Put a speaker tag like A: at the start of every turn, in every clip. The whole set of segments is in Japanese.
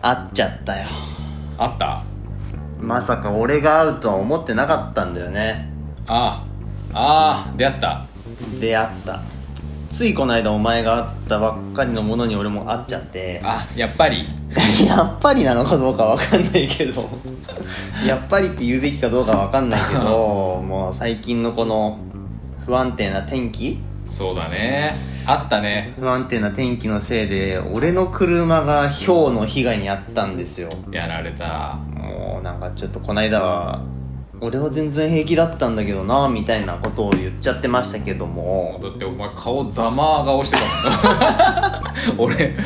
A: 会っちゃったよ
B: あった
A: まさか俺が会うとは思ってなかったんだよね
B: ああああ出会った
A: 出会ったついこの間お前が会ったばっかりのものに俺も会っちゃって
B: あやっぱり
A: やっぱりなのかどうかわかんないけど やっぱりって言うべきかどうかわかんないけどもう最近のこの不安定な天気
B: そうだねあったね
A: 不安定な天気のせいで俺の車が氷の被害に遭ったんですよ
B: やられた
A: もうなんかちょっとこないだは俺は全然平気だったんだけどなみたいなことを言っちゃってましたけども
B: だってお前顔ざま顔してたもん 俺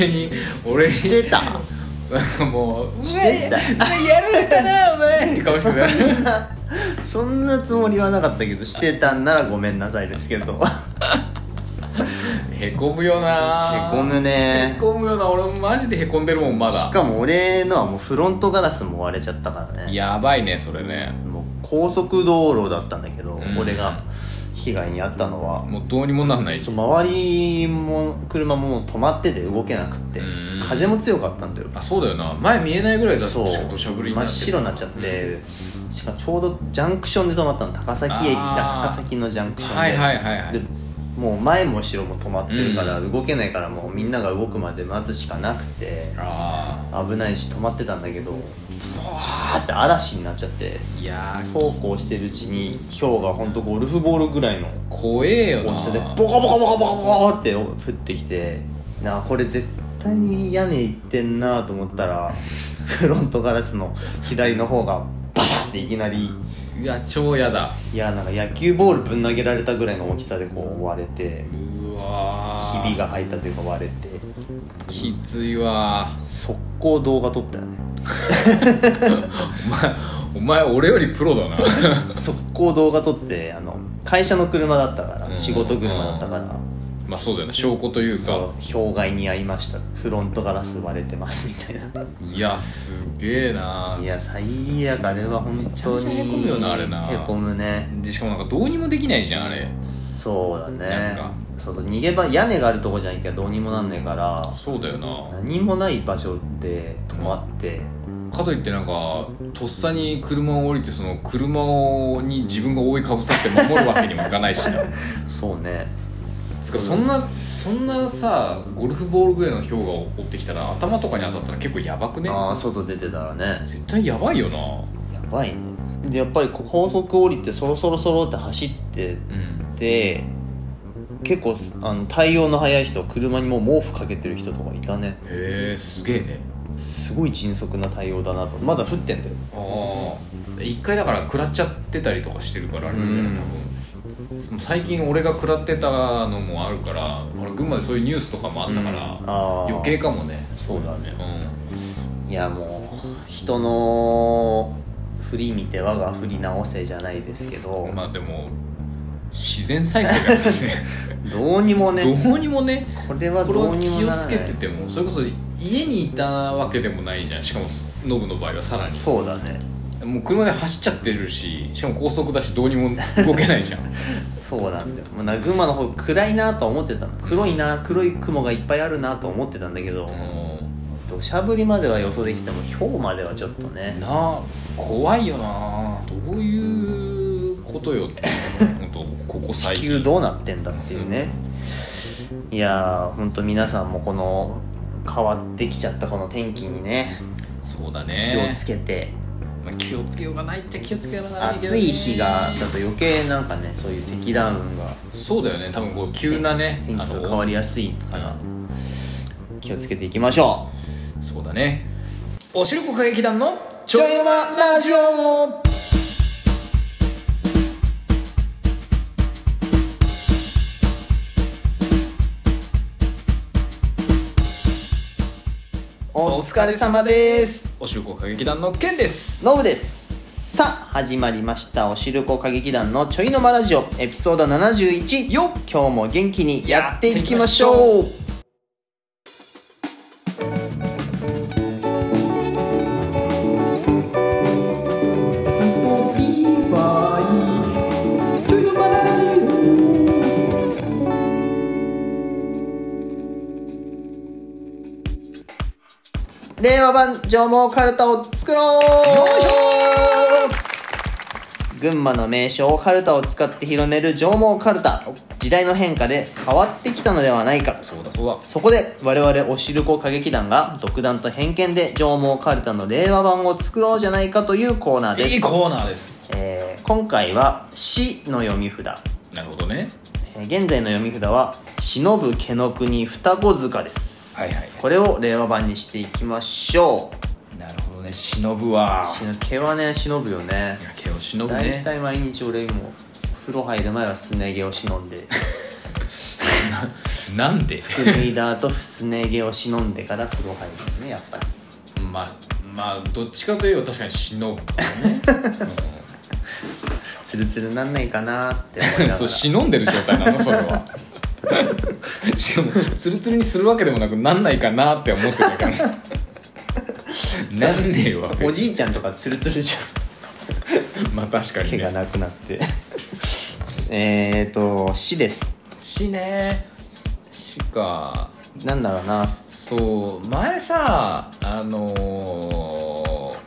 B: 俺に俺に
A: してた
B: なんかもう
A: してた
B: うわやられたなお前って顔してた
A: そんなそんなつもりはなかったけどしてたんならごめんなさいですけど
B: へこむよな
A: へこむね
B: へこむよな俺もマジでへこんでるもんま
A: し
B: だ
A: かも俺のはもうフロントガラスも割れちゃったからね
B: やばいねそれね
A: もう高速道路だったんだけど、
B: ん
A: 俺が被害に遭ったのは、
B: もうどうにもなんない
A: そう周りも車ももう止まってて動けなくって、
B: うん
A: 風も強かったんだよ
B: あそうだよな前見えないぐらいだった
A: そう
B: 確か土砂降り
A: 真
B: に
A: っ
B: なって
A: 白になっちゃって、しかもちょうどジャンクションで止まったの高崎駅
B: あー
A: 高崎のジャンクションで,、
B: はいはいはいはい
A: でもう前も後ろも止まってるから、動けないからもうみんなが動くまで待つしかなくて
B: あ
A: 危ないし止まってたんだけどブワーって嵐になっちゃって
B: あいやー
A: そうこうしてるうちに氷がほんとゴルフボールぐらいの
B: 怖えよな
A: 大きさでボコボコボコボコボコって降ってきてなあこれ絶対に屋根いってんなと思ったら フロントガラスの左の方がバーンっていきなり
B: いや超やだ
A: いやなんか野球ボールぶん投げられたぐらいの大きさでこう割れて
B: うわ
A: ひ
B: ー
A: びが入ったというか割れて
B: きついわ
A: 速攻動画撮ったよ ね
B: ーお前俺よりプロだな
A: 速攻動画撮ってあの会社の車だったから、
B: うん
A: 仕事車だったから、
B: まあそうだよな証拠というか
A: そう氷害に遭いましたフロントガラス割れてますみたいない
B: やすげえなー
A: いや最悪あれは本
B: ちゃ
A: 当
B: めちゃ
A: に
B: へこむよなあれな
A: へこむね
B: でしかもなんかどうにもできないじゃんあれ
A: そうだね
B: なんか
A: そうそう逃げ場屋根があるとこじゃなきゃどうにもなんないから
B: そうだよな
A: 何もない場所で止まって
B: かといってなんかとっさに車を降りてその車をに自分が覆いかぶさって守るわけにもいかないしな
A: そうね
B: つかそんなそんなさゴルフボールぐらいの氷が追ってきたら頭とかに当たったら結構やばくね
A: ああ外出てたらね
B: 絶対やばいよな
A: やばいねでやっぱりこう高速降りてそろそろそろって走って
B: うん
A: で結構あの対応の早い人は車にもう毛布かけてる人とかいたね
B: へえすげえね
A: すごい迅速な対応だなとまだ降ってんだよ
B: ああ一回だから食らっちゃってたりとかしてるからあれなんだよね多分最近俺が食らってたのもあるからほら群馬でそういうニュースとかもあったか
A: うん
B: ら、
A: あー
B: 余計かもね
A: そうだね
B: う
A: いやもう人の振り見て我が振り直せじゃないですけど
B: んまあでも自然災害だからね
A: どうにもね
B: どうにもね
A: これは
B: これ
A: ど
B: を
A: うにも
B: 気
A: な
B: を
A: らない
B: つけててもそれこそ家にいたわけでもないじゃんしかもノブの場合はさ
A: そうだね
B: らにもう車で走っちゃってるししかも高速だしどうにも動けないじ ゃん
A: そうなんだよもうな群馬の方暗いなとは思ってたの黒いな黒い雲がいっぱいあるなと思ってたんだけど
B: うん
A: 土砂降りまでは予想できても氷まではちょっとね
B: なあ怖いよなどういうことよって本当ここ最
A: 地
B: 近
A: 球どうなってんだっていうね、いやーほんと皆さんもこの変わってきちゃったこの天気にね
B: そうだね
A: 気をつけて、
B: まあ気をつけようがないっちゃ気をつけようがないけどね
A: 暑い日がだと余計なんかねそういう積乱雲が
B: そうだよね多分こう急なね
A: 天気
B: あ
A: が
B: の
A: 変わりやすいか
B: う
A: ら
B: ん
A: 気をつけていきましょう
B: そうだね。おしるこ歌劇団のち
A: ち
B: ょ
A: ょ
B: い
A: いの間ラジオお疲れ様です
B: おしるこ歌劇団のケンです。
A: ノブですさあ始まりましたおしるこ歌劇団のちょいの間ラジオエピソード71
B: よっ
A: 今日も元気にやっていきましょう令和版上毛カルタを作ろう群馬の名称カルタを使って広める上毛カルタ時代の変化で変わってきたのではないか
B: そうだそうだ
A: そこで我々おしるこ歌劇団が独断と偏見で上毛カルタの令和版を作ろうじゃないかというコーナーです
B: いいコーナーです
A: えー今回は「死」の読み札、
B: なるほどね
A: えー現在の読み札は「忍ぶ毛の国双子塚」です、
B: はいはい
A: これを令和版にしていきましょ
B: なるほどね忍ぶわ
A: う死ぬ毛はね忍ぶよね
B: いや毛を忍ぶ
A: 大
B: ね
A: 体毎日俺も風呂入る前はすね毛を忍 んで
B: なんで
A: 服脱いだ後すね毛を忍んでから風呂入るよねやっぱり
B: まあまあどっちかといえば確かに忍ぶ
A: ツルツルなんないかなって思いながら
B: そう忍んでる状態なのそれ はしかもツルツルにするわけでもなくなんないかなって思ってたから なんねえわ別に
A: おじいちゃんとかツルツルじゃん
B: まあ確かに
A: 毛が
B: ね
A: なくなって えーと死です
B: 死ね死か
A: なんだろうな
B: そう前さあのーこ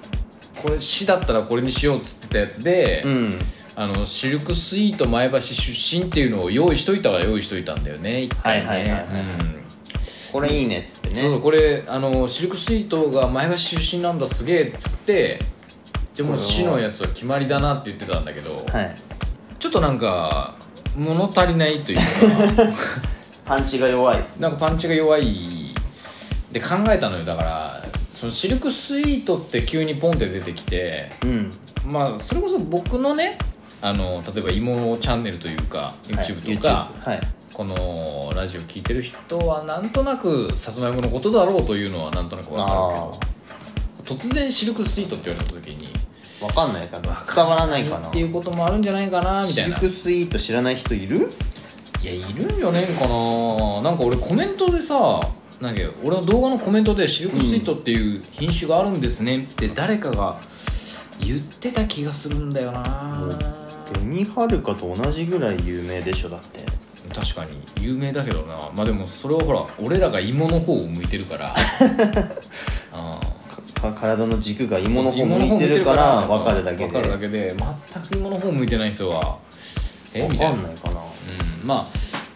B: れ死だったらこれにしようっつってたやつで、
A: うん
B: あのシルクスイート前橋出身っていうのを用意しといたは用意しといたんだよね一回ね、
A: はいはいはいはい
B: うん
A: これいいねっつってね
B: そうそうこれあのシルクスイートが前橋出身なんだすげえっつってじゃあもう市のやつは決まりだなって言ってたんだけど、
A: はい
B: ちょっとなんか物足りないというか
A: パンチが弱い
B: なんかパンチが弱いで考えたのよだからそのシルクスイートって急にポンって出てきて
A: うん
B: まあそれこそ僕のねあの例えば芋チャンネルというか YouTube とか、
A: はい、YouTube
B: このラジオ聞いてる人はなんとなくさつまいものことだろうというのはなんとなくわかるけど突然シルクスイートって言われた時に
A: はい、わかんないかな伝わらないかな
B: っていうこともあるんじゃないかなみた
A: シ
B: い
A: ル
B: な
A: クスイート知らない人いる
B: いやいるんじゃねえかななんか俺コメントでさなんか俺の動画のコメントでシルクスイートっていう品種があるんですねって誰かが言ってた気がするんだよな
A: 紅はるかと同じぐらい有名でしょだって
B: 確かに有名だけどなまあでもそれはほら俺らが芋の方を向いてるから ああ
A: か体の軸が芋の方向いてるから分かるだけで
B: 分かるだけで全く芋の方向いてない人はえみ
A: 分
B: たい
A: か
B: な、うん
A: ないかな、
B: んまあ、ま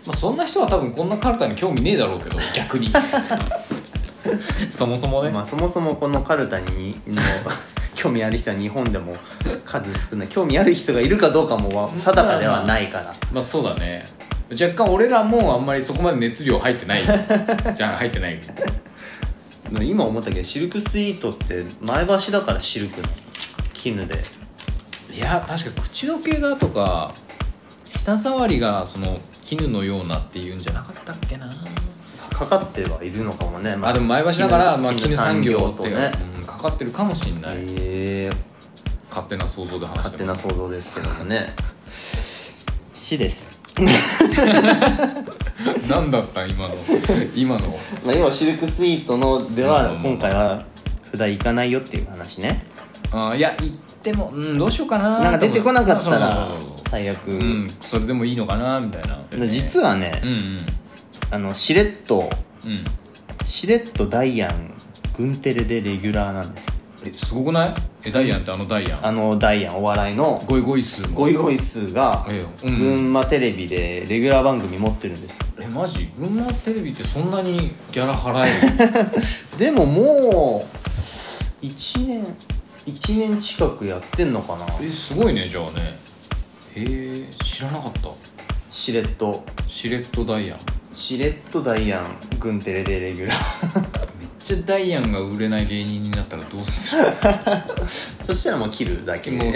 B: あそんな人は多分こんなカルタに興味ねえだろうけ ど逆にそもそもね、
A: まあ、そもそもこのカルタにの 興味ある人は日本でも数少ない興味ある人がいるかどうかもわ定かではないから
B: まあそうだね若干俺らもあんまりそこまで熱量入って ないじゃあ入ってない
A: 今思ったけどシルクスイートって前橋だからシルクの絹で
B: いや確か口どけがとか舌触りがその絹のようなっていうんじゃなかったっけな
A: かかってはいるのかもね、ま
B: あでも前橋だから、まあ、絹
A: 絹
B: 産業って
A: とね
B: うんかかってるかもしんない、
A: ええ
B: 勝手な想像で話し
A: 勝
B: て
A: 手
B: ま
A: な
B: す
A: 想像ですけどもね死です、
B: 何だった今の今の
A: まあ、要はシルクスイートので
B: う
A: は
B: ん
A: 今回は普段行かないよっていう話ね
B: あいや言ってもうんどうしようかな
A: なんか出てこなかったら
B: そうそうそうそう
A: 最悪、
B: うんそれでもいいのかなみたいな
A: 実はね、
B: うんうん
A: あのしれっと
B: うん
A: しれっとダイアン軍テレでレギュラーなんですよ
B: えすごくないえダイアンってあのダイアン
A: あのダイアンお笑いの
B: ゴイゴイスーも
A: ゴイゴイスーが
B: ええうん
A: 群馬テレビでレギュラー番組持ってるんですよ
B: えマジ群馬テレビってそんなにギャラ払える
A: でももう1年1年近くやってんのかな
B: えすごいねじゃあねへえ知らなかった
A: しれっと
B: シレットダイアン
A: しれっとダイアン軍テレでレギュラ ー
B: めっちゃダイアンが売れない芸人になったらどう する
A: そしたらもう切るだけ
B: もう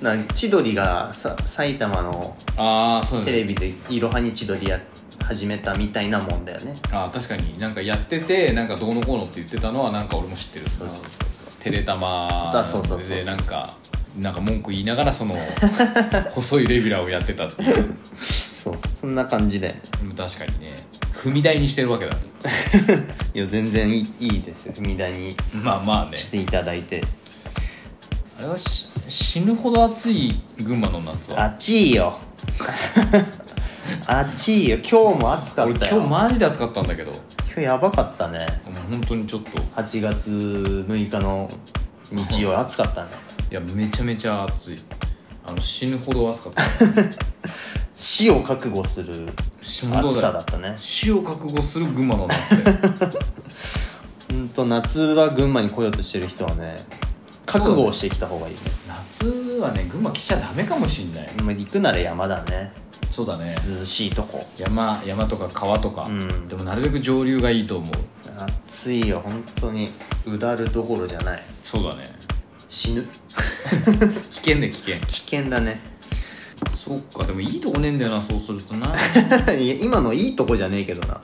A: なんか千鳥がさ埼玉の
B: ああそうだ
A: テ
B: ね
A: レビで「いろはに千鳥」や始めたみたいなもんだよね
B: あー確かになんかやっててなんかどうのこうのって言ってたのはなんか俺も知ってるそのテレタマ
A: あそうそうそうそう
B: でなんかなんか文句言いながらその 細いレギュラーをやってたっていう
A: そうそんな感じで
B: うん確かにね踏み台にしてるわけだ
A: いや全然いいいいですよ踏み台に
B: まあまあね
A: していただいて
B: あれはし死ぬほど暑い群馬の夏は
A: 暑い よ暑いよ今日も暑か
B: 俺
A: った
B: 今
A: よ
B: 日マジで暑かったんだけども
A: 今日やばかったね
B: う本当にちょっとい
A: 8月6日の日曜暑かったね
B: やめちゃめちゃ暑いあの死ぬほど暑かった
A: 死を覚悟する
B: 死ぬほ
A: 暑さ
B: どだ
A: だ
B: よ
A: ったね
B: 死を覚悟する群馬の夏で
A: うんと夏は群馬に来ようとしてる人はね覚悟をしてきた方がいいね
B: 夏はね群馬来ちゃダメかもしんない
A: まあ行くなら山だね
B: そうだね
A: 涼しいとこ
B: 山山とか川とか、
A: うん
B: でもなるべく上流がいいと思う
A: 暑いよ本当にうだるどころじゃない
B: そうだね
A: 死ぬ
B: 危険で危険
A: 危険だね
B: そっかでもいいとこねえんだよなそうすると な
A: いや今のいいとこじゃねえけどな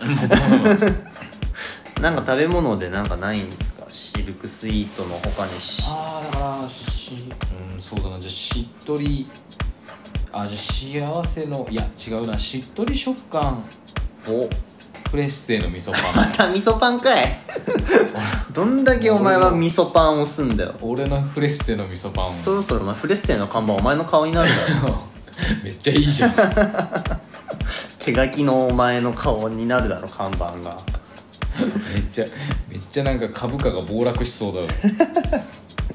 A: なんか食べ物でなんかないんですかシルクスイートの他にし
B: あーだからしうんそうだなじゃあしっとりあじゃあ幸せのいや違うなしっとり食感
A: お
B: フレッシュの味噌
A: ま
B: パン
A: た味噌パンかい どんだけお前は味噌パンをすんだよ
B: 俺のフレッシュの味噌パン
A: そろそろお前フレッセの看板お前の顔になるだろ
B: めっちゃいいじゃん
A: 手書きのお前の顔になるだろ看板が
B: めっちゃめっちゃなんか株価が暴落しそうだよ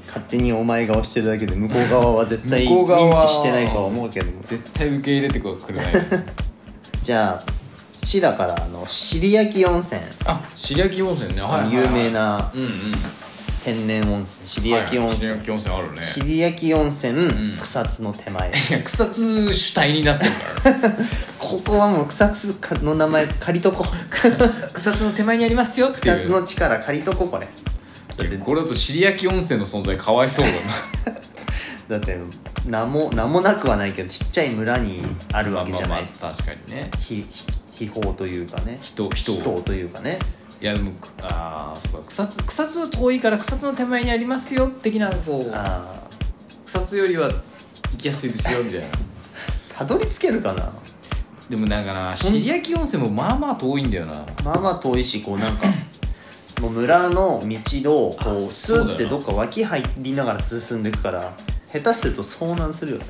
A: 勝手にお前が押してるだけで向こう側は絶対
B: 向こう側は
A: 認知してないとは思うけども
B: 絶対受け入れてくれない
A: じゃあ志田からあの尻焼き温泉、
B: あ白焼き温泉ねはいはい、はい、
A: 有名な
B: うんうん
A: 天然温泉尻焼き温泉、
B: はいはい白焼き温泉あるね
A: 尻焼き温泉、
B: ん
A: 草津の手前
B: いや草津主体になってるか
A: ここはもう草津の名前借りとこ
B: ら 草津の手前にありますよっていう
A: 草津の力借りとここれだって
B: これだと尻焼き温泉の存在かわいそうだ
A: だ
B: な
A: って名も名もなくはないけどちっちゃい村にあ るわけじゃないですか、
B: 確かにね
A: ひひ秘宝というかね
B: 人人を
A: 人というかね
B: いやでもああそうか草津草津は遠いから草津の手前にありますよ的なこう
A: ああ
B: 草津よりは行きやすいですよみたいな
A: たどり着けるかな
B: でもなんかな尻焼き温泉もまあまあ遠いんだよな
A: まあまあ遠いしこうなん かもう村の道をこ
B: あ
A: うス
B: そうだ
A: ーっ
B: よな
A: てどっか脇入りながら進んでいくから下手すると遭難するよ ね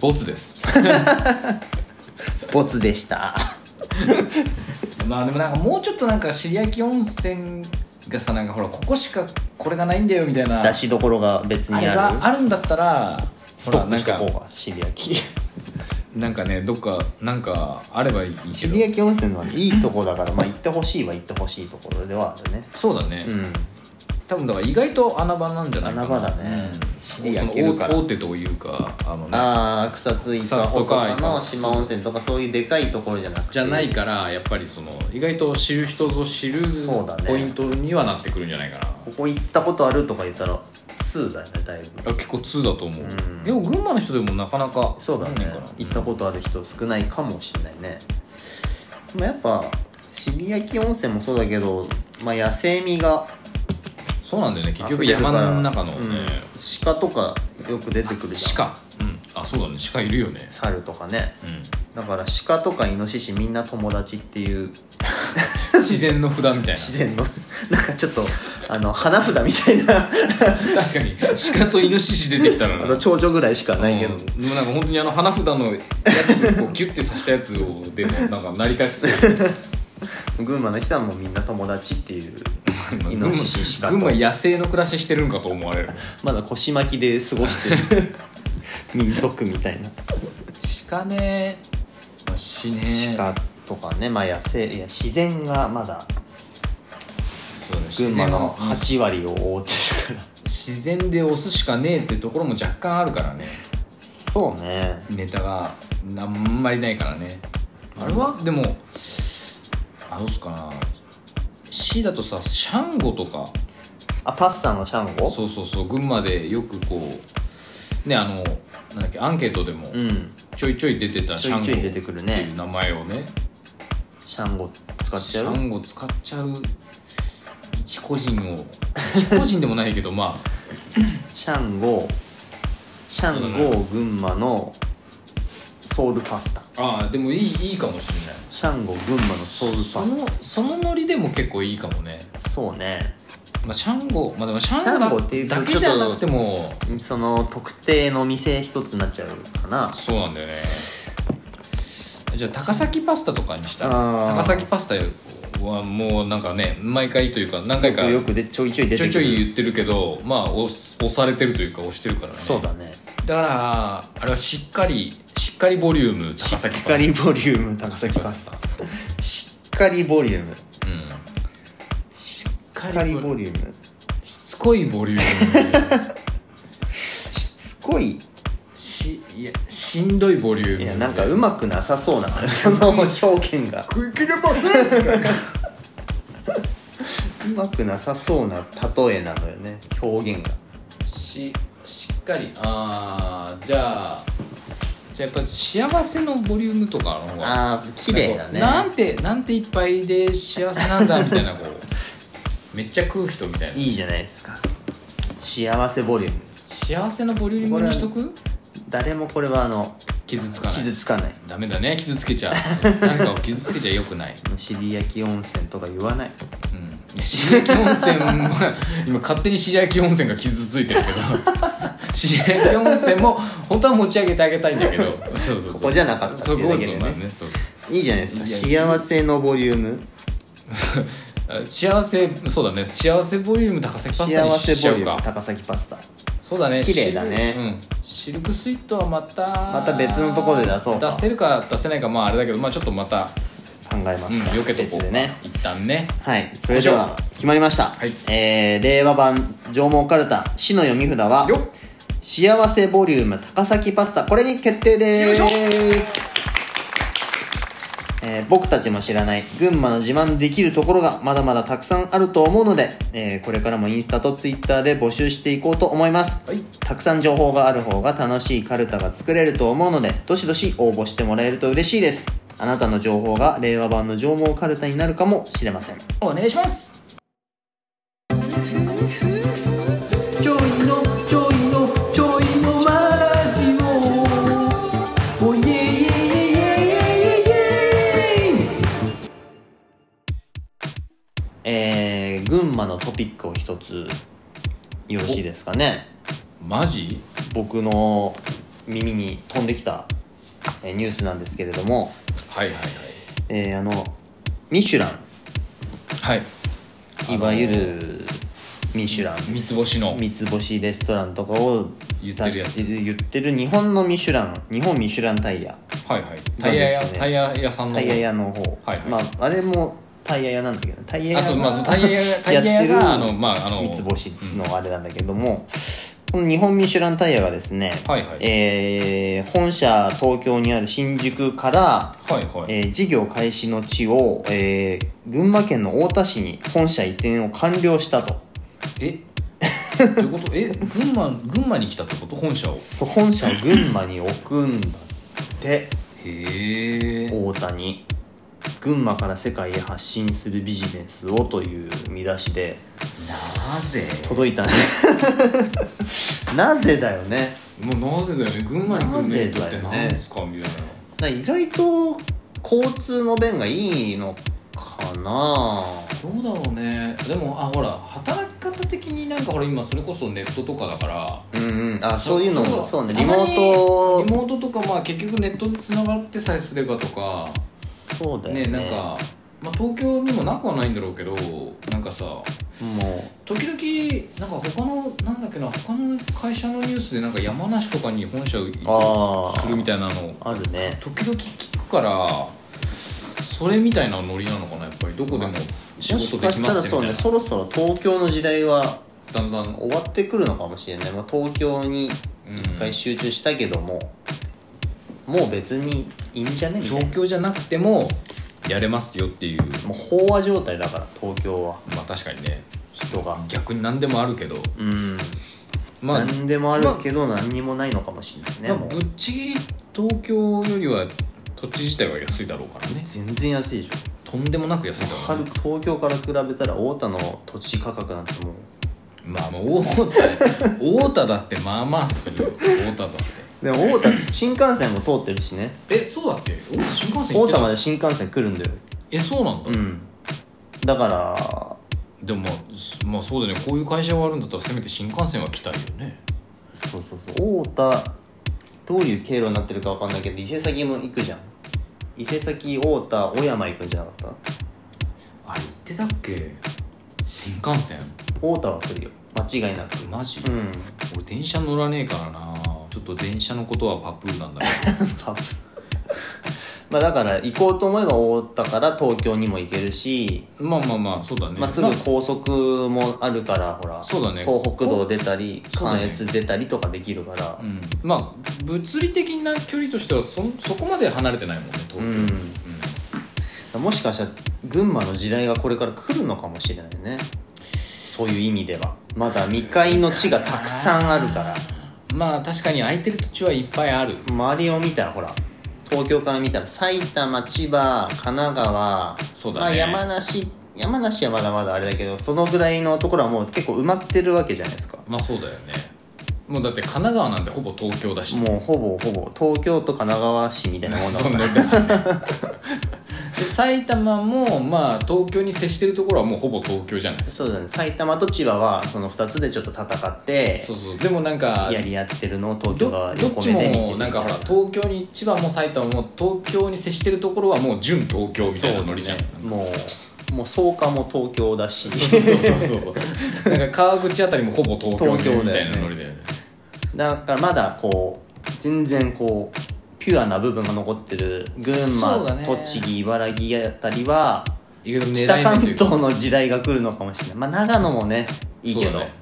B: ボツです
A: ボツでした
B: まあでもなんかもうちょっとなんか尻焼き温泉がさなんかほらここしかこれがないんだよみたいな
A: 出しどころが別
B: あ
A: に
B: れ
A: ある
B: があるんだったら
A: ス
B: ほ
A: ト
B: ら
A: ップ
B: なん
A: しと
B: か
A: こうか尻焼き
B: なんかねどっかなんかあればいいけど
A: 尻焼き温泉はいいとこだからまあ行ってほしいは行ってほしいところではあるね
B: そうだね、
A: うん
B: 多分だから意外と穴場なんじゃないかな
A: 穴場だね
B: うん、
A: 尻
B: そ
A: 焼
B: の
A: けるから
B: 大大手というかあの、ね、
A: ああ草津イカ
B: 草津
A: ホ
B: と
A: と
B: か
A: かの島温泉とかそういうでかいところじゃなくて
B: じゃないからやっぱりその意外と知る人ぞ知る
A: そうだね
B: ポイントにはなってくるんじゃないかな、
A: ここ行ったことあるとか言ったら2だよねだいぶ
B: あ結構2だと思う、でも群馬の人でもなかなか
A: そうだ
B: なん
A: ね
B: かな
A: 行ったことある人少ないかもしれないねでもやっぱ尻焼き温泉もそうだけど、まあ、野生味が
B: そうなんだよね結
A: 溢
B: 局
A: れるから
B: 山の中の、ね
A: うん鹿とかよく出てくるじゃん
B: 鹿うんあそうだね鹿いるよね
A: 猿とかね
B: うん
A: だから鹿とかイノシシみんな友達っていう
B: 自然の札みたい
A: 自然の なんかちょっとあの花札みたいな
B: な確かに鹿とイノシシ出てきたら
A: あ
B: な
A: の長女ぐらいしかないけど、
B: うんでもなんか本当にあの花札のやつ をこうギュッて刺したやつをでもなんか成り立ちそう
A: 群馬の人はもうみんな友達っていうイノシシ鹿と
B: 群馬群馬野生の暮らししてるんかと思われる
A: まだ腰巻きで過ごしてる 民族みたいな
B: 鹿ねまあ死ね
A: 鹿とかねまあ野生いや自然がまだ
B: そうだね
A: 群馬の8
B: 自然を
A: 割を覆ってるから
B: 自然で押すしかねえってところも若干あるからね
A: そうね
B: ネタがあんまりないからねあれはでもあどうすかな C だとさシャンゴとか
A: あパスタのシャンゴ
B: そうそうそう群馬でよくこうねあのなんだっけアンケートでも
A: うん
B: ちょいちょい出てたシャンゴ
A: ちょいちょい出てくるね
B: っていう名前をね
A: シャンゴ使っ
B: シ
A: ちゃう
B: ャンゴ使っちゃう一個人を一個人でもない けどまあ
A: シャンゴシャンゴ群馬のソウルパスタ
B: ああでもいいいいかもしれない
A: シャンゴ群馬のソウル
B: そ
A: パス
B: のそのノリでも結構いいかもね
A: タそうね
B: まあシャンゴまあでもシャンゴだ
A: シャンゴっていうと
B: だけじゃなくても
A: その特定の店一つになっちゃうかな
B: そうなんだよねじゃあ高崎パスタとかにした
A: あー
B: 高崎パスタをはもうなんかね毎回というか何回か
A: よくでちょいちょい出
B: ちょ
A: てく
B: いちょ
A: る
B: い言ってるけどまあ押す押されてるというか押してるからね
A: そうだね
B: だからあれはしっかりしっかりボリューム高崎
A: しっかりボリューム高崎パスタしっかりボリュームし
B: タうんしっか
A: っかり
B: りボリューム
A: ボリューム
B: しつこいボリュー ム
A: しつこい
B: しいやしんどいボリューム
A: いやなんかうまくなさそうなその表現が
B: 食い切れません
A: うまくなさそうな例えなのよね表現が
B: ししっかりあーじゃあじゃあやっぱ幸せのボリュームとかの方が
A: ああ綺麗だね
B: なんてなんていっぱいで幸せなんだみたいなこう めっちゃ食う人みたいない
A: いじゃないですか幸せボリューム
B: 幸せのボリュームにしとく
A: 誰もこれはあの
B: 傷つかない
A: 傷つかない
B: ダメだね傷つけちゃう誰かを傷つけちゃよくない、
A: 尻焼き温泉とか言わない
B: うん、いや白焼き温泉は 今勝手に白焼き温泉が傷ついてる けど白焼き温泉も本当は持ち上げてあげたいんだ けどそうそうそう
A: ここじゃなかったって
B: そ
A: いうう
B: こ
A: だ
B: う
A: けで
B: いう
A: ね
B: ことだねそう
A: いいじゃないですか
B: いいじゃ
A: 幸せのボリューム
B: あ幸せそうだね幸せボリューム高崎パスタ
A: 幸
B: にしち
A: せ
B: ゃ
A: ボ
B: う
A: リューム
B: か
A: 高崎パスタ
B: そうだね
A: 綺麗だね
B: シルうん、シルクスイートはまた
A: また別のところで出そうか
B: 出せるか出せないかまああれだけどまあちょっとまた
A: 考えますか、
B: うん、避けと
A: 別
B: こうか
A: でね
B: 一旦ね
A: はいそれでは決まりました、
B: はい
A: えー、令和版縄文かるた市の読み札は
B: よっ
A: 幸せボリューム高崎パスタこれに決定で
B: よい
A: す
B: しょ
A: えー僕たちも知らない群馬の自慢できるところがまだまだたくさんあると思うので、えーこれからもインスタとツイッターで募集していこうと思います
B: はい
A: たくさん情報がある方が楽しいカルタが作れると思うのでどしどし応募してもらえると嬉しいですあなたの情報が令和版の上毛カルタになるかもしれません
B: お願いします
C: ちょいのちょいのちょいのマラジオおいえいえいえいえいえいえい
A: えー、群馬のトピックを一つよろしいですかね
B: マジ
A: 僕の耳に飛んできたえーニュースなんですけれども、
B: はいはい
A: えーあのミシュラ
B: はいはい
A: ンいわゆるミシュラン
B: 三つ星の
A: 三つ星レストランとかを
B: 言ってるやつ
A: 言ってる日本のミシュラン日本ミシュランタイヤ
B: はいはいタイヤ
A: なん
B: 屋、
A: ですね
B: タイヤ屋さんの
A: タイヤ屋の方、
B: はいはい
A: まああれもタイヤ屋なんだけどタイヤ屋
B: あそうまあそうタイヤ屋タ
A: やっ
B: イヤ
A: て
B: 屋
A: る
B: があのまああの
A: 三つ星のあれなんだけども、この日本ミシュランタイヤがですね、
B: はいはい
A: えー本社東京にある新宿から、
B: はいはい、
A: えー事業開始の地を、えー群馬県の太田市に本社移転を完了したと
B: えどういうことえ群馬群馬に来たってこと本社をへ
A: そう本社を群馬に置くんだって
B: え
A: 太田に群馬から世界へ発信するビジネスをという見出しで
B: なぜ
A: 届 いたねなぜだよね
B: もうなぜだよね群馬に来るメリットっ
A: なぜ
B: て
A: だよね
B: 何ですかみたいな
A: だから意外と交通の便がいいのかな
B: どうだろうねでもあほら働き方的になんかほら今それこそネットとかだから
A: うんうんあそういうのもそうね
B: た
A: リ
B: ま
A: モ
B: に
A: ー
B: リ
A: ト
B: モートとかまあ結局ネットでつながってさえすればとか
A: そうだよ
B: ね
A: ね
B: なんか、まあ、東京にもなくはないんだろうけどなんかさ
A: も
B: 時々なんか他のなんだっけな他の会社のニュースでなんか山梨とかに本社を移
A: あ
B: 転
A: ー
B: するみたいなの
A: うあるね
B: 時々聞くからそれみたいなノリなのかなやっぱりどこでも仕事できま
A: もしかしたら
B: す
A: そう
B: よみたい
A: ね
B: な
A: そろそろ東京の時代は
B: だんだん
A: 終わってくるのかもしれない、まあ、東京に一回集中したけども、もう別にいいんじゃねみたいな
B: 東京じゃなくてもやれますよっていう
A: もう飽和状態だから東京は
B: まあ確かにね
A: 人が
B: 逆に何でもあるけど
A: うん、
B: まあ
A: 何でもあるけど何にもないのかもしれないね、
B: まあ
A: もう
B: ぶっちぎり東京よりは土地自体は安いだろうからね
A: 全然安いでしょ
B: とんでもなく安いだ
A: は
B: ろ
A: る
B: うね
A: 東京から比べたら太田の土地価格なんてもう
B: まあまあ太田太田だってまあまあするよ太田だって
A: でも太田新幹線も通ってるしね
B: えそうだっけ太田新幹線行
A: 太
B: って
A: 田ま
B: た
A: で新幹線来るんだよ
B: えそうなんだ、
A: うんだから
B: でもまあ、すまあ、そうだよねこういう会社があるんだったらせめて新幹線は来たいよね
A: そうそうそう太田どういう経路になってるかわかんないけど伊勢崎も行くじゃん伊勢崎太田小山行くんじゃなかっ
B: あってたっけ新幹線
A: 太田は来るよ間違いなく
B: マジ、
A: うん
B: 俺電車乗らねえからなちょっと電車のことはパプーなんだ け
A: 多分まあだから行こうと思えば大田から東京にも行けるし、
B: どまあまあまあそうだね
A: まあ、すぐ高速もあるからほら
B: そうだね
A: 東北道出たり
B: そうだ
A: 関
B: ね
A: 越出たりとかできるから
B: うん、まあ物理的な距離としてはそそこまで離れてないもんね東
A: う
B: 京、
A: ん、もしかしたら群馬の時代がこれから来るのかもしれないねそういう意味ではまだ未開の地がたくさんあるから
B: まあ確かに空いてる土地はいっぱいある
A: 周りを見たらほら東京から見たら埼玉千葉神奈川
B: そうだ
A: ま
B: ね
A: あ、山梨山梨はまだまだあれだけどそのぐらいのところはもう結構埋まってるわけじゃないですか
B: まあそうだよねもうだって神奈川なんてほぼ東京だし
A: もうほぼほぼ東京と神奈川市みたいなもんだ
B: そ
A: か
B: ん
A: ら
B: なで 埼玉もまあ東京に接してるところはもうほぼ東京じゃないですか
A: そうだね埼玉と千葉はその2つでちょっと戦って
B: そうそうでもなんか
A: やり合ってるのを東京
B: ど
A: が
B: どっ
A: 横
B: ち
A: 目で見て
B: も
A: る
B: なんかほら東京に千葉も埼玉も東京に接してるところはもう準東京みたいなノリじゃん
A: そうだねもうもう草加も東京だ し
B: そうそうそうそうそうなんか川口あたりもほぼ東京
A: 東京
B: みた
A: だ
B: い
A: よね
B: なノリだよね
A: だからまだこう全然こうピュアな部分が残ってる群
B: そう
A: 馬、
B: だね
A: 栃木茨城あたりは
B: 意外と狙
A: 北
B: い目
A: 関
B: というか
A: 東の時代が来るのかもしれないまあ長野もねいいけ
B: そう
A: ど
B: だね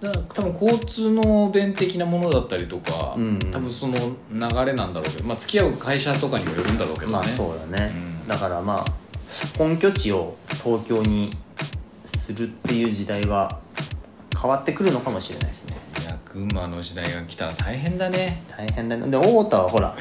B: だから多分交通の便的なものだったりとか、
A: うん
B: 多分その流れなんだろうけど、まあ、付き合う会社とかにもよるんだろうけどね、
A: まあそうだね、
B: うん
A: だからまあ本拠地を東京にするっていう時代は変わってくるのかもしれないですね
B: いや群馬の時代が来たら大変だね
A: 大変だねで太田はほ ら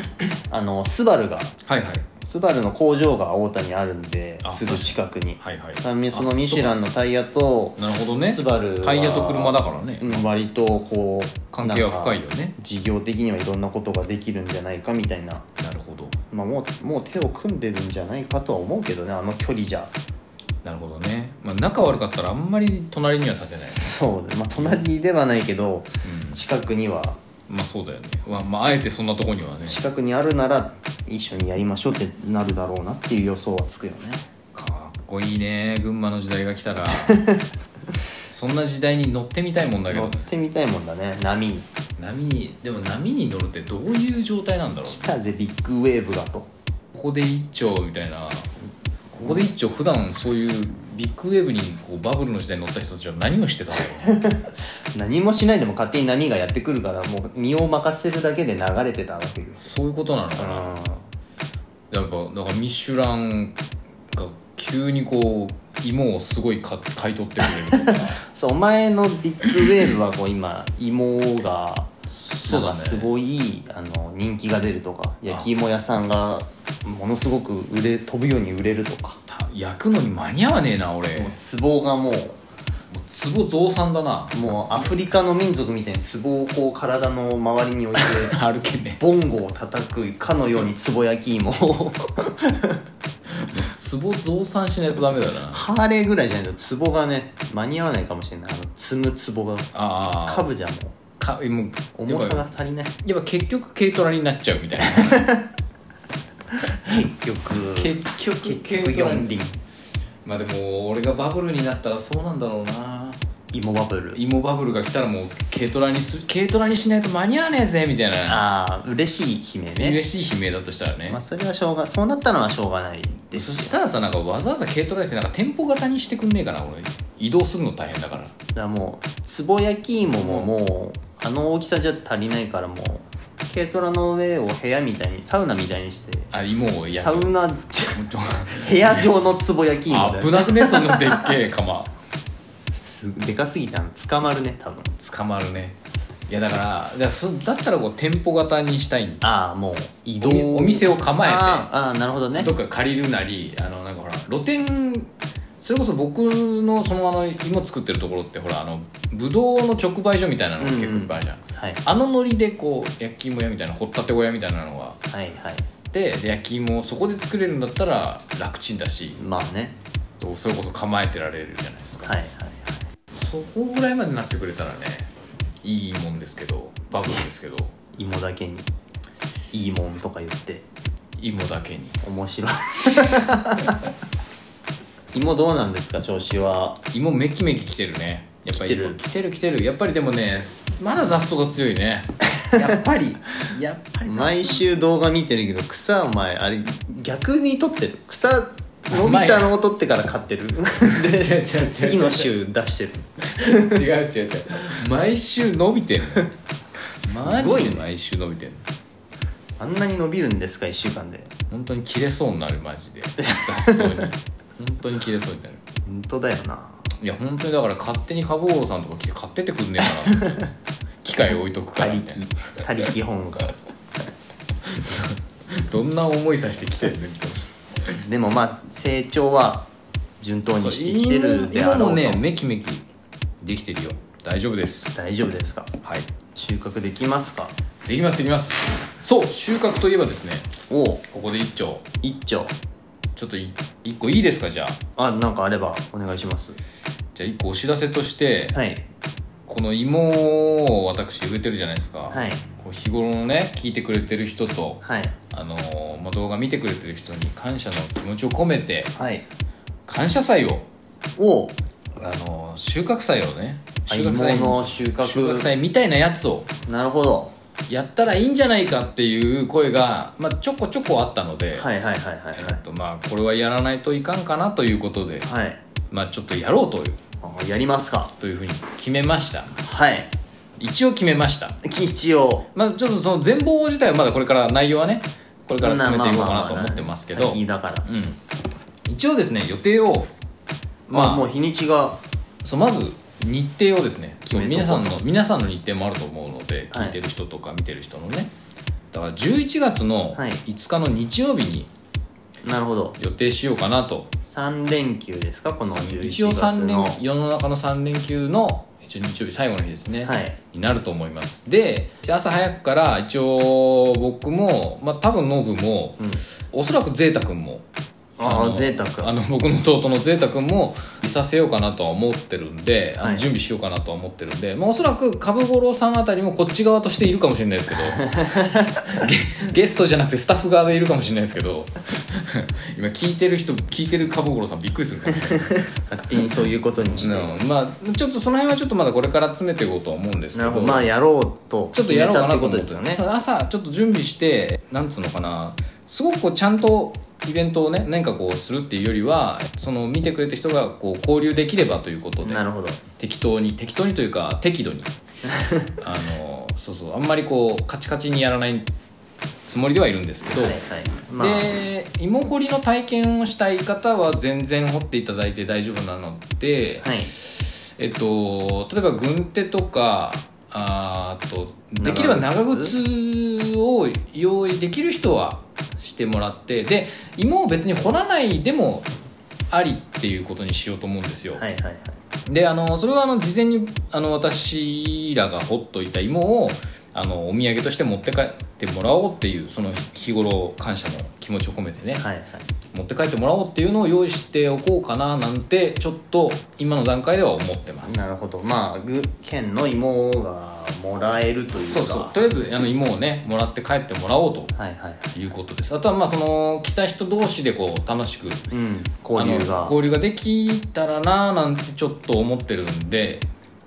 A: あのスバルが
B: はいはい
A: スバルの工場が太田にあるんで
B: あ
A: すぐ近くに
B: はいはい
A: ちなみにそのミシュランのタイヤと
B: あなるほどね
A: スバルは
B: タイヤと車だからね、
A: うん割とこう
B: 関係は深いよね
A: なんか事業的にはいろんなことができるんじゃないかみたいな、
B: なるほど
A: まあ、もうもう手を組んでるんじゃないかとは思うけどねあの距離じゃ
B: なるほどね、まあ、仲悪かったらあんまり隣には立てない
A: そうまあ隣ではないけど
B: う
A: 近くには
B: まあそうだよね、まあ、まああえてそんなとこにはね
A: 近くにあるなら一緒にやりましょうってなるだろうなっていう予想はつくよね
B: かっこいいね群馬の時代が来 たらそんな時代に乗ってみたいもんだけ
A: 乗
B: ど
A: っ
B: ね
A: てみたいもんだね波に
B: 波にでも波に乗るってどういう状態なんだろう
A: 来たぜビッグウェーブがと
B: ここで一丁みたいなここで一丁普段そういうビッグウェーブにこうバブルの時代に乗った人たちは何をしてたんだろうね
A: 何もしないでも勝手に波がやってくるからもう身を任せるだけで流れてたわけです
B: そういうことなのかなやっぱだからミシュランが急にこう芋をすごいか買い取ってくれ るとか
A: そうお前のビッグウェーブはこう今芋が
B: そうだ
A: なん
B: ね
A: かすごいあの人気が出るとか焼き芋屋さんがものすごく売れ飛ぶように売れるとか
B: た焼くのに間に合わねえな俺も
A: もう壺がも
B: う壺増産だな
A: うもうアフリカの民族みたいに壺をこう体の周りに置いて
B: 歩けね
A: ボンゴを叩くかのように壺焼き芋を
B: 壺増産しないとダメだな
A: ハーレーぐらいじゃないと壺がね間に合わないかもしれないあの積む壺が
B: ああ
A: カブじゃもう
B: かもう
A: 重さ
B: やっ
A: が
B: ぱ
A: 足りない
B: やっぱ結局軽トラになっちゃうみたいな
A: 結局
B: 結局
A: 結
B: 軽
A: 局
B: トラ
A: 四輪
B: まあでも俺がバブルになったらそうなんだろうな
A: 芋バブル
B: 芋バブルが来たらもう軽トラにす軽トラにしないと間に合わねえぜみたいな
A: ああ嬉しい悲鳴ね
B: 嬉しい悲鳴だとしたらね、
A: まあそれはしょうがそうなったのはしょうがないで
B: そし
A: すよ
B: たらさなんかわざわざ軽トラにしてなんか店舗型にしてくんねえかな俺移動するの大変だから
A: だからもう壺焼き芋ももうあの大きさじゃ足りないからもう軽トラの上を部屋みたいにサウナみたいにして
B: あ芋をや
A: サウナ
B: もうちょ
A: 部屋上の壺焼き芋だ
B: 危
A: よ
B: なくねそんなでっけえ釜
A: すでかすぎてあの捕まるね多分
B: 捕まるねいやだからだからそだったらこう店舗型にしたいんだ
A: ああもう移動
B: おみお店を構えて
A: あーあーなるほどね
B: どっか借りるなりあのなんかほら露店それこそ僕のそのあの芋作ってるところってほらあのぶどうの直売所みたいなのが結構いっぱいあるじゃん、
A: はい
B: あのノリでこう焼き芋屋みたいな掘ったて小屋みたいなのが
A: はいはい
B: あってで焼き芋をそこで作れるんだったら楽ちんだし
A: まあね
B: それこそ構えてられるじゃないですか、
A: はいはい
B: そこぐらいまでなってくれたらねいいもんですけどバブルですけど
A: 芋だけにいいもんとか言って
B: 芋だけに
A: 面白い芋どうなんですか調子は
B: 芋めきめき来てるねやっぱり
A: 来てる
B: 来てる来てるやっぱりでもねまだ雑草が強いねやっぱりやっぱり雑草
A: 毎週動画見てるけど草お前あれ逆に撮ってる草伸びたのを撮ってから買 ってるで
B: 違う違う違う
A: 次の週出してる
B: 違う違う違う毎週伸びてるマ
A: すごい
B: ジ
A: ね
B: で毎週伸びてる
A: あんなに伸びるんですか1週間で
B: 本当に切れそうになるマジで雑草に本当に切れそうになる
A: 本当だよない
B: や本当にだから勝手にカブオさんとか来て買ってってくんねえかなって機械置いとく
A: 他
B: からみ
A: 力
B: たいな
A: 他力本が
B: どんな思いさしてきてるねみたいな
A: でもまあ成長は順当に
B: そう
A: してきてるであ
B: 今
A: ろ
B: も
A: うと
B: ねメキメキできてるよ大丈夫です
A: 大丈夫ですか
B: はい
A: 収穫できますか
B: できますできますそう収穫といえばですね
A: おお
B: ここで一丁
A: 一丁
B: ちょっとい一個いいですかじゃあ
A: あなんかあればお願いします
B: じゃあ一個お知らせとして
A: はい
B: この芋を私植えてるじゃないですか、
A: はい
B: こう日頃のね聞いてくれてる人と、
A: はい
B: あのーまあ、動画見てくれてる人に感謝の気持ちを込めて
A: はい
B: 感謝祭を、
A: おお
B: あのー収穫祭をね
A: あ
B: 収
A: 芋
B: 穫祭
A: の収穫
B: 収穫祭みたいなやつを
A: なるほど
B: やったらいいんじゃないかっていう声が、まあ、ちょこちょこあったので、
A: はいはいはいはい
B: えっとまあ、これはやらないといかんかなということで、
A: はいはい
B: まあ、ちょっとやろうという
A: あやりますか
B: というふうに決めました
A: はい
B: 一応決めました
A: 一応
B: まあちょっとその全貌自体はまだこれから内容はねこれから詰めていこうかなと思ってますけど、
A: 先だから
B: うん、一応ですね予定をまあ
A: あもう日にちが
B: そうまず日程をですねそう
A: 決め
B: 皆
A: とこ
B: さ
A: うん
B: の皆さんの日程もあると思うので
A: はい
B: 聞いてる人とか見てる人のね、だから11月の
A: はい
B: 5日の日曜日に
A: なるほど
B: 予定しようかなと、
A: 3連休ですかこの11
B: 一応
A: 月
B: 三連
A: の
B: 世の中の3連休の一応日曜日最後の日ですね、
A: はい
B: になると思いますでで朝早くから一応僕も、まあ、多分ノブも、
A: うん
B: おそらくゼータ君も
A: あ
B: の
A: あゼータ君
B: あの僕の弟のゼータ君もいさせようかなとは思ってるんで、あの
A: はい
B: 準備しようかなとは思ってるんで、まあ、おそらく株五郎さんあたりもこっち側としているかもしれないで すけどゲゲストじゃなくてスタッフ側でいるかもしれないですけど 今聞いてる人聞いてる株五郎さんびっくりするかもしれない
A: 勝手にそういうことにしてな
B: うんまあちょっとその辺はちょっとまだこれから詰めていこうとは思うんですけ
A: る
B: ど
A: ほどまあやろうと
B: ちょ
A: 決
B: っと
A: め
B: やろう
A: た
B: か
A: っ
B: な
A: て
B: と
A: こと
B: 思っ
A: で
B: て
A: す
B: る
A: よね
B: そう朝ちょっと準備してなんつうのかなすごくこうちゃんとイベントをね何かこうするっていうよりはその見てくれた人がこう交流できればということで
A: なるほど
B: 適当に適当にというか適 度にあのそうそうあんまりこうカチカチにやらないつもりではいるんですけど、
A: はいはいまあ
B: で芋掘りの体験をしたい方は全然掘っていただいて大丈夫なので、
A: はい
B: えっと、例えば軍手とかあーあとできれば長靴を用意できる人はしてもらってで芋を別に掘らないでもありっていうことにしようと思うんですよ、
A: はいはいはい
B: であのそれはあの事前にあの私らが掘っといた芋をあのお土産として持って帰ってもらおうっていうその日頃感謝の気持ちを込めてね、
A: はいはい
B: 持って帰ってもらおうっていうのを用意しておこうかななんてちょっと今の段階では思ってます
A: なるほどまあぐ県の芋がもらえるというか
B: そうそうとりあえずあの芋をねもらって帰ってもらおうと
A: はいはい
B: いうことですあとはまあその来た人同士でこう楽しく
A: うん交流
B: あの
A: が
B: 交流ができたらなーなんてちょっと思ってるんで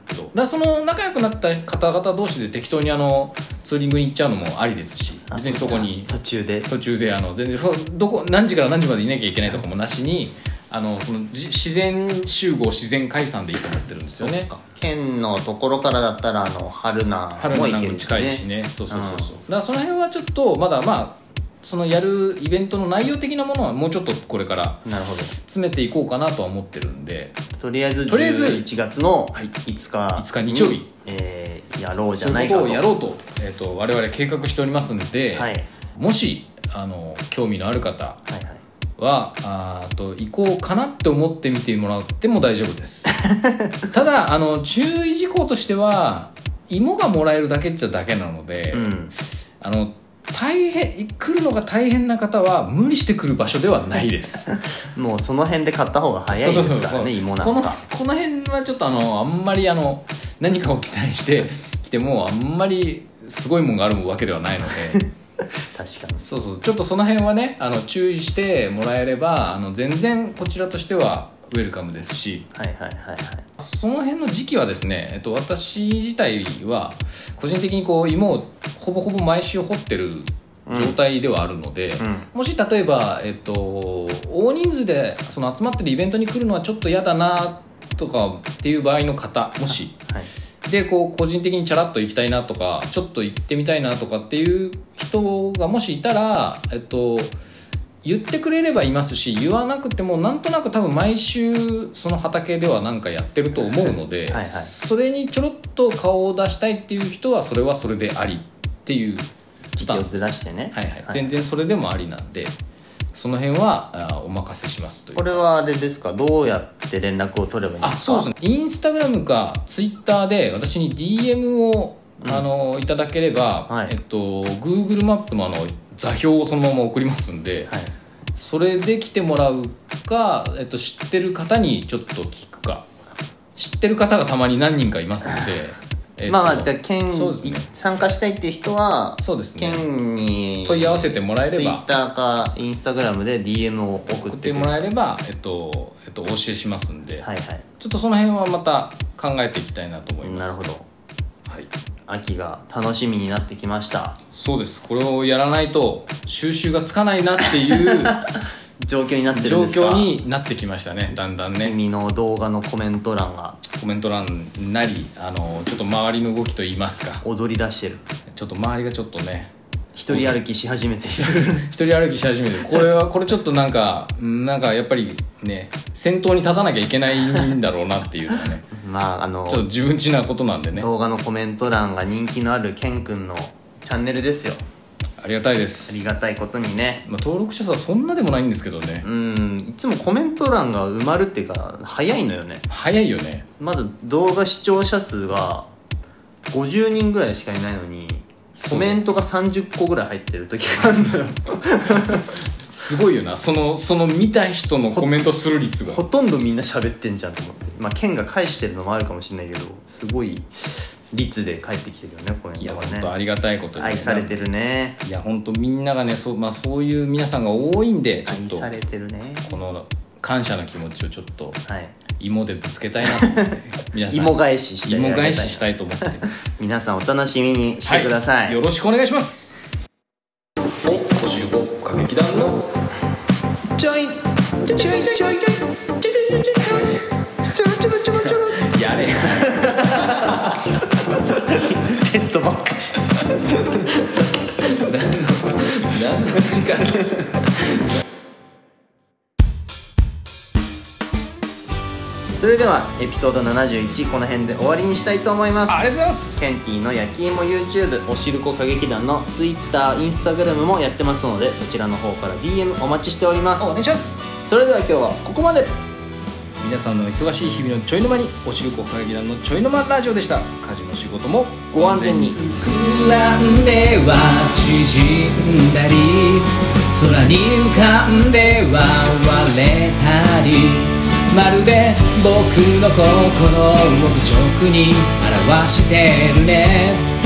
B: けどだからその仲良くなった方々同士で適当にあのツーリングに行っちゃうのもありですし別にそこに
A: 途中で
B: 途中であの全然そうどこ何時から何時までいなきゃいけないとかもなしにあのそのじ自然集合自然解散でいいと思ってるんですよね。
A: 県のところからだったらあの春菜
B: 春
A: も
B: 菜
A: 行
B: なん
A: け
B: か
A: る
B: 近いしねそうそうそうそう、だからその辺はちょっとまだまあそのやるイベントの内容的なものはもうちょっとこれから
A: なるほ
B: 詰めていこうかなとは思ってるんで
A: どとりあえず
B: とりあえず
A: 11月の
B: はい
A: 5日
B: 5日日曜日
A: えーやろうじ
B: そ
A: ゃ
B: う
A: ないいうか
B: こととをやろうと,、えー、と我々計画しておりますんで、
A: はいはい
B: もしあの興味のある方
A: はい
B: はあーあと行こうかなって思ってみてもらっても大丈夫です ただあの注意事項としては芋がもらえるだけっちゃだけなので、
A: うん
B: あの大変来るのが大変な方は無理して来る場所ではないです
A: もうその辺で買った方が 早いで
B: そう
A: す
B: そう
A: か
B: そ
A: ら
B: う
A: ね芋な
B: この
A: んか
B: この辺はちょっとあのあんまりあの何かを期待して 来てもあんまりすごいもんがあるわけではないの で
A: 確かに
B: そうそうちょっとその辺はねあの注意してもらえればあの全然こちらとしてはウェルカムですし
A: はいはいはいはい
B: その辺の時期はですね、えっと、私自体は個人的にこう芋をほぼほぼ毎週掘ってる状態ではあるので、
A: う
B: もし例えば、えっと、大人数でその集まってるイベントに来るのはちょっと嫌だなとかっていう場合の方もし
A: んはい
B: でこう個人的にチャラッと行きたいなとかちょっと行ってみたいなとかっていう人がもしいたら、えっと、言ってくれればいますし言わなくてもなんとなく多分毎週その畑ではなんかやってると思うので
A: はいはい
B: それにちょろっと顔を出したいっていう人はそれはそれでありっていうス
A: 時期
B: タ
A: を
B: ンス、
A: ずらしてね
B: はいはい
A: はい
B: 全然それでもありなんでその辺はあお任せしますという
A: これはあれですかどうやって連絡を取ればいいんです
B: あ
A: か
B: そうですねインスタグラムかツイッターで私に DM を、あのいただければ、
A: はい
B: えっと、Google マップのあの座標をそのまま送りますんで、
A: はい
B: それで来てもらうか、えっと、知ってる方にちょっと聞くか知ってる方がたまに何人かいますの で、えっと
A: まあまあじゃあ県、
B: そうですね
A: 参加したいっていう人は
B: そうですね
A: 県に
B: 問い合わせてもらえれ
A: ツイッ
B: ば
A: ターかインスタグラムで DM を送っ
B: 送ってて
A: く
B: もらえれば、えっとえっと、お教えしますんで、
A: はいはい
B: ちょっとその辺はまた考えていきたいなと思いま
A: なる
B: す。
A: ほど
B: はい
A: 秋が楽しみになってきました
B: そうですこれをやらないと収集がつかないなっていう
A: 状況になってるん
B: 状
A: ですか
B: 況になってきました ねだんだんね
A: 君の動画のコメント欄が
B: コメント欄なりあのちょっと周りの動きといいますか
A: 踊り出してる
B: ちょっと周りがちょっとね
A: 一人歩きし始めている
B: 一人歩きし始めてこれ はこれちょっとなんかうんなんかやっぱりね先頭に立たなきゃいけないんだろうなっていうのはね
A: まああの
B: ちょっと自分ちなことなんでね
A: 動画のコメント欄が人気のあるケンくんのチャンネルですよ
B: ありがたいで
A: あり
B: す
A: がたいことにね
B: まあ、登録者数はそんなでもないんですけどね
A: うんいつもコメント欄が埋まるっていうか早いのよね
B: 早いよね
A: まだ動画視聴者数が50人ぐらいしかいないのにコメントが30個ぐらい入ってる時があるんだよ
B: すごいよなそのその見た人のコメントする率が
A: ほとんどみんな喋ってんじゃんと思ってまあ剣が返してるのもあるかもしれないけどすごい率で返ってきてるよねコメン
B: いや
A: ト
B: 本当
A: が
B: あ
A: ね
B: りがたいことで、
A: 愛されてるね
B: いや本当みんながねそう,、まあ、そういう皆さんが多いんでち
A: 愛
B: ょ
A: さ
B: っ
A: れてるね
B: とこの感謝の気持ちをちょっと
A: はい
B: 芋でぶつけたいなと思 って皆さん
A: 芋返ししてあげたい
B: 芋返ししたいと思って
A: 皆さんお楽しみにしてください、
B: はよろしくお願いしますお55歌劇団の
A: ちょいちょいちょいちょいちょいちょろちょろちょろちょろ
B: やれ
A: テストばっかりして
B: 何の時間
A: それではエピソード71この辺で終わりにしたいと思います
B: ありがとうございます
A: ケンティーの焼き芋 YouTube おしるこ歌劇団の Twitter、Instagram もやってますのでそちらの方から DM お待ちしております
B: お願いします
A: それでは今日はここまで
B: 皆さんの忙しい日々のちょいの間におしるこ歌劇団のちょいの間ラジオでした家事も仕事も
A: ご安全に
C: 膨らんでは縮んだり空に浮かんでは割れたりまるで僕の心を愚直に表してるね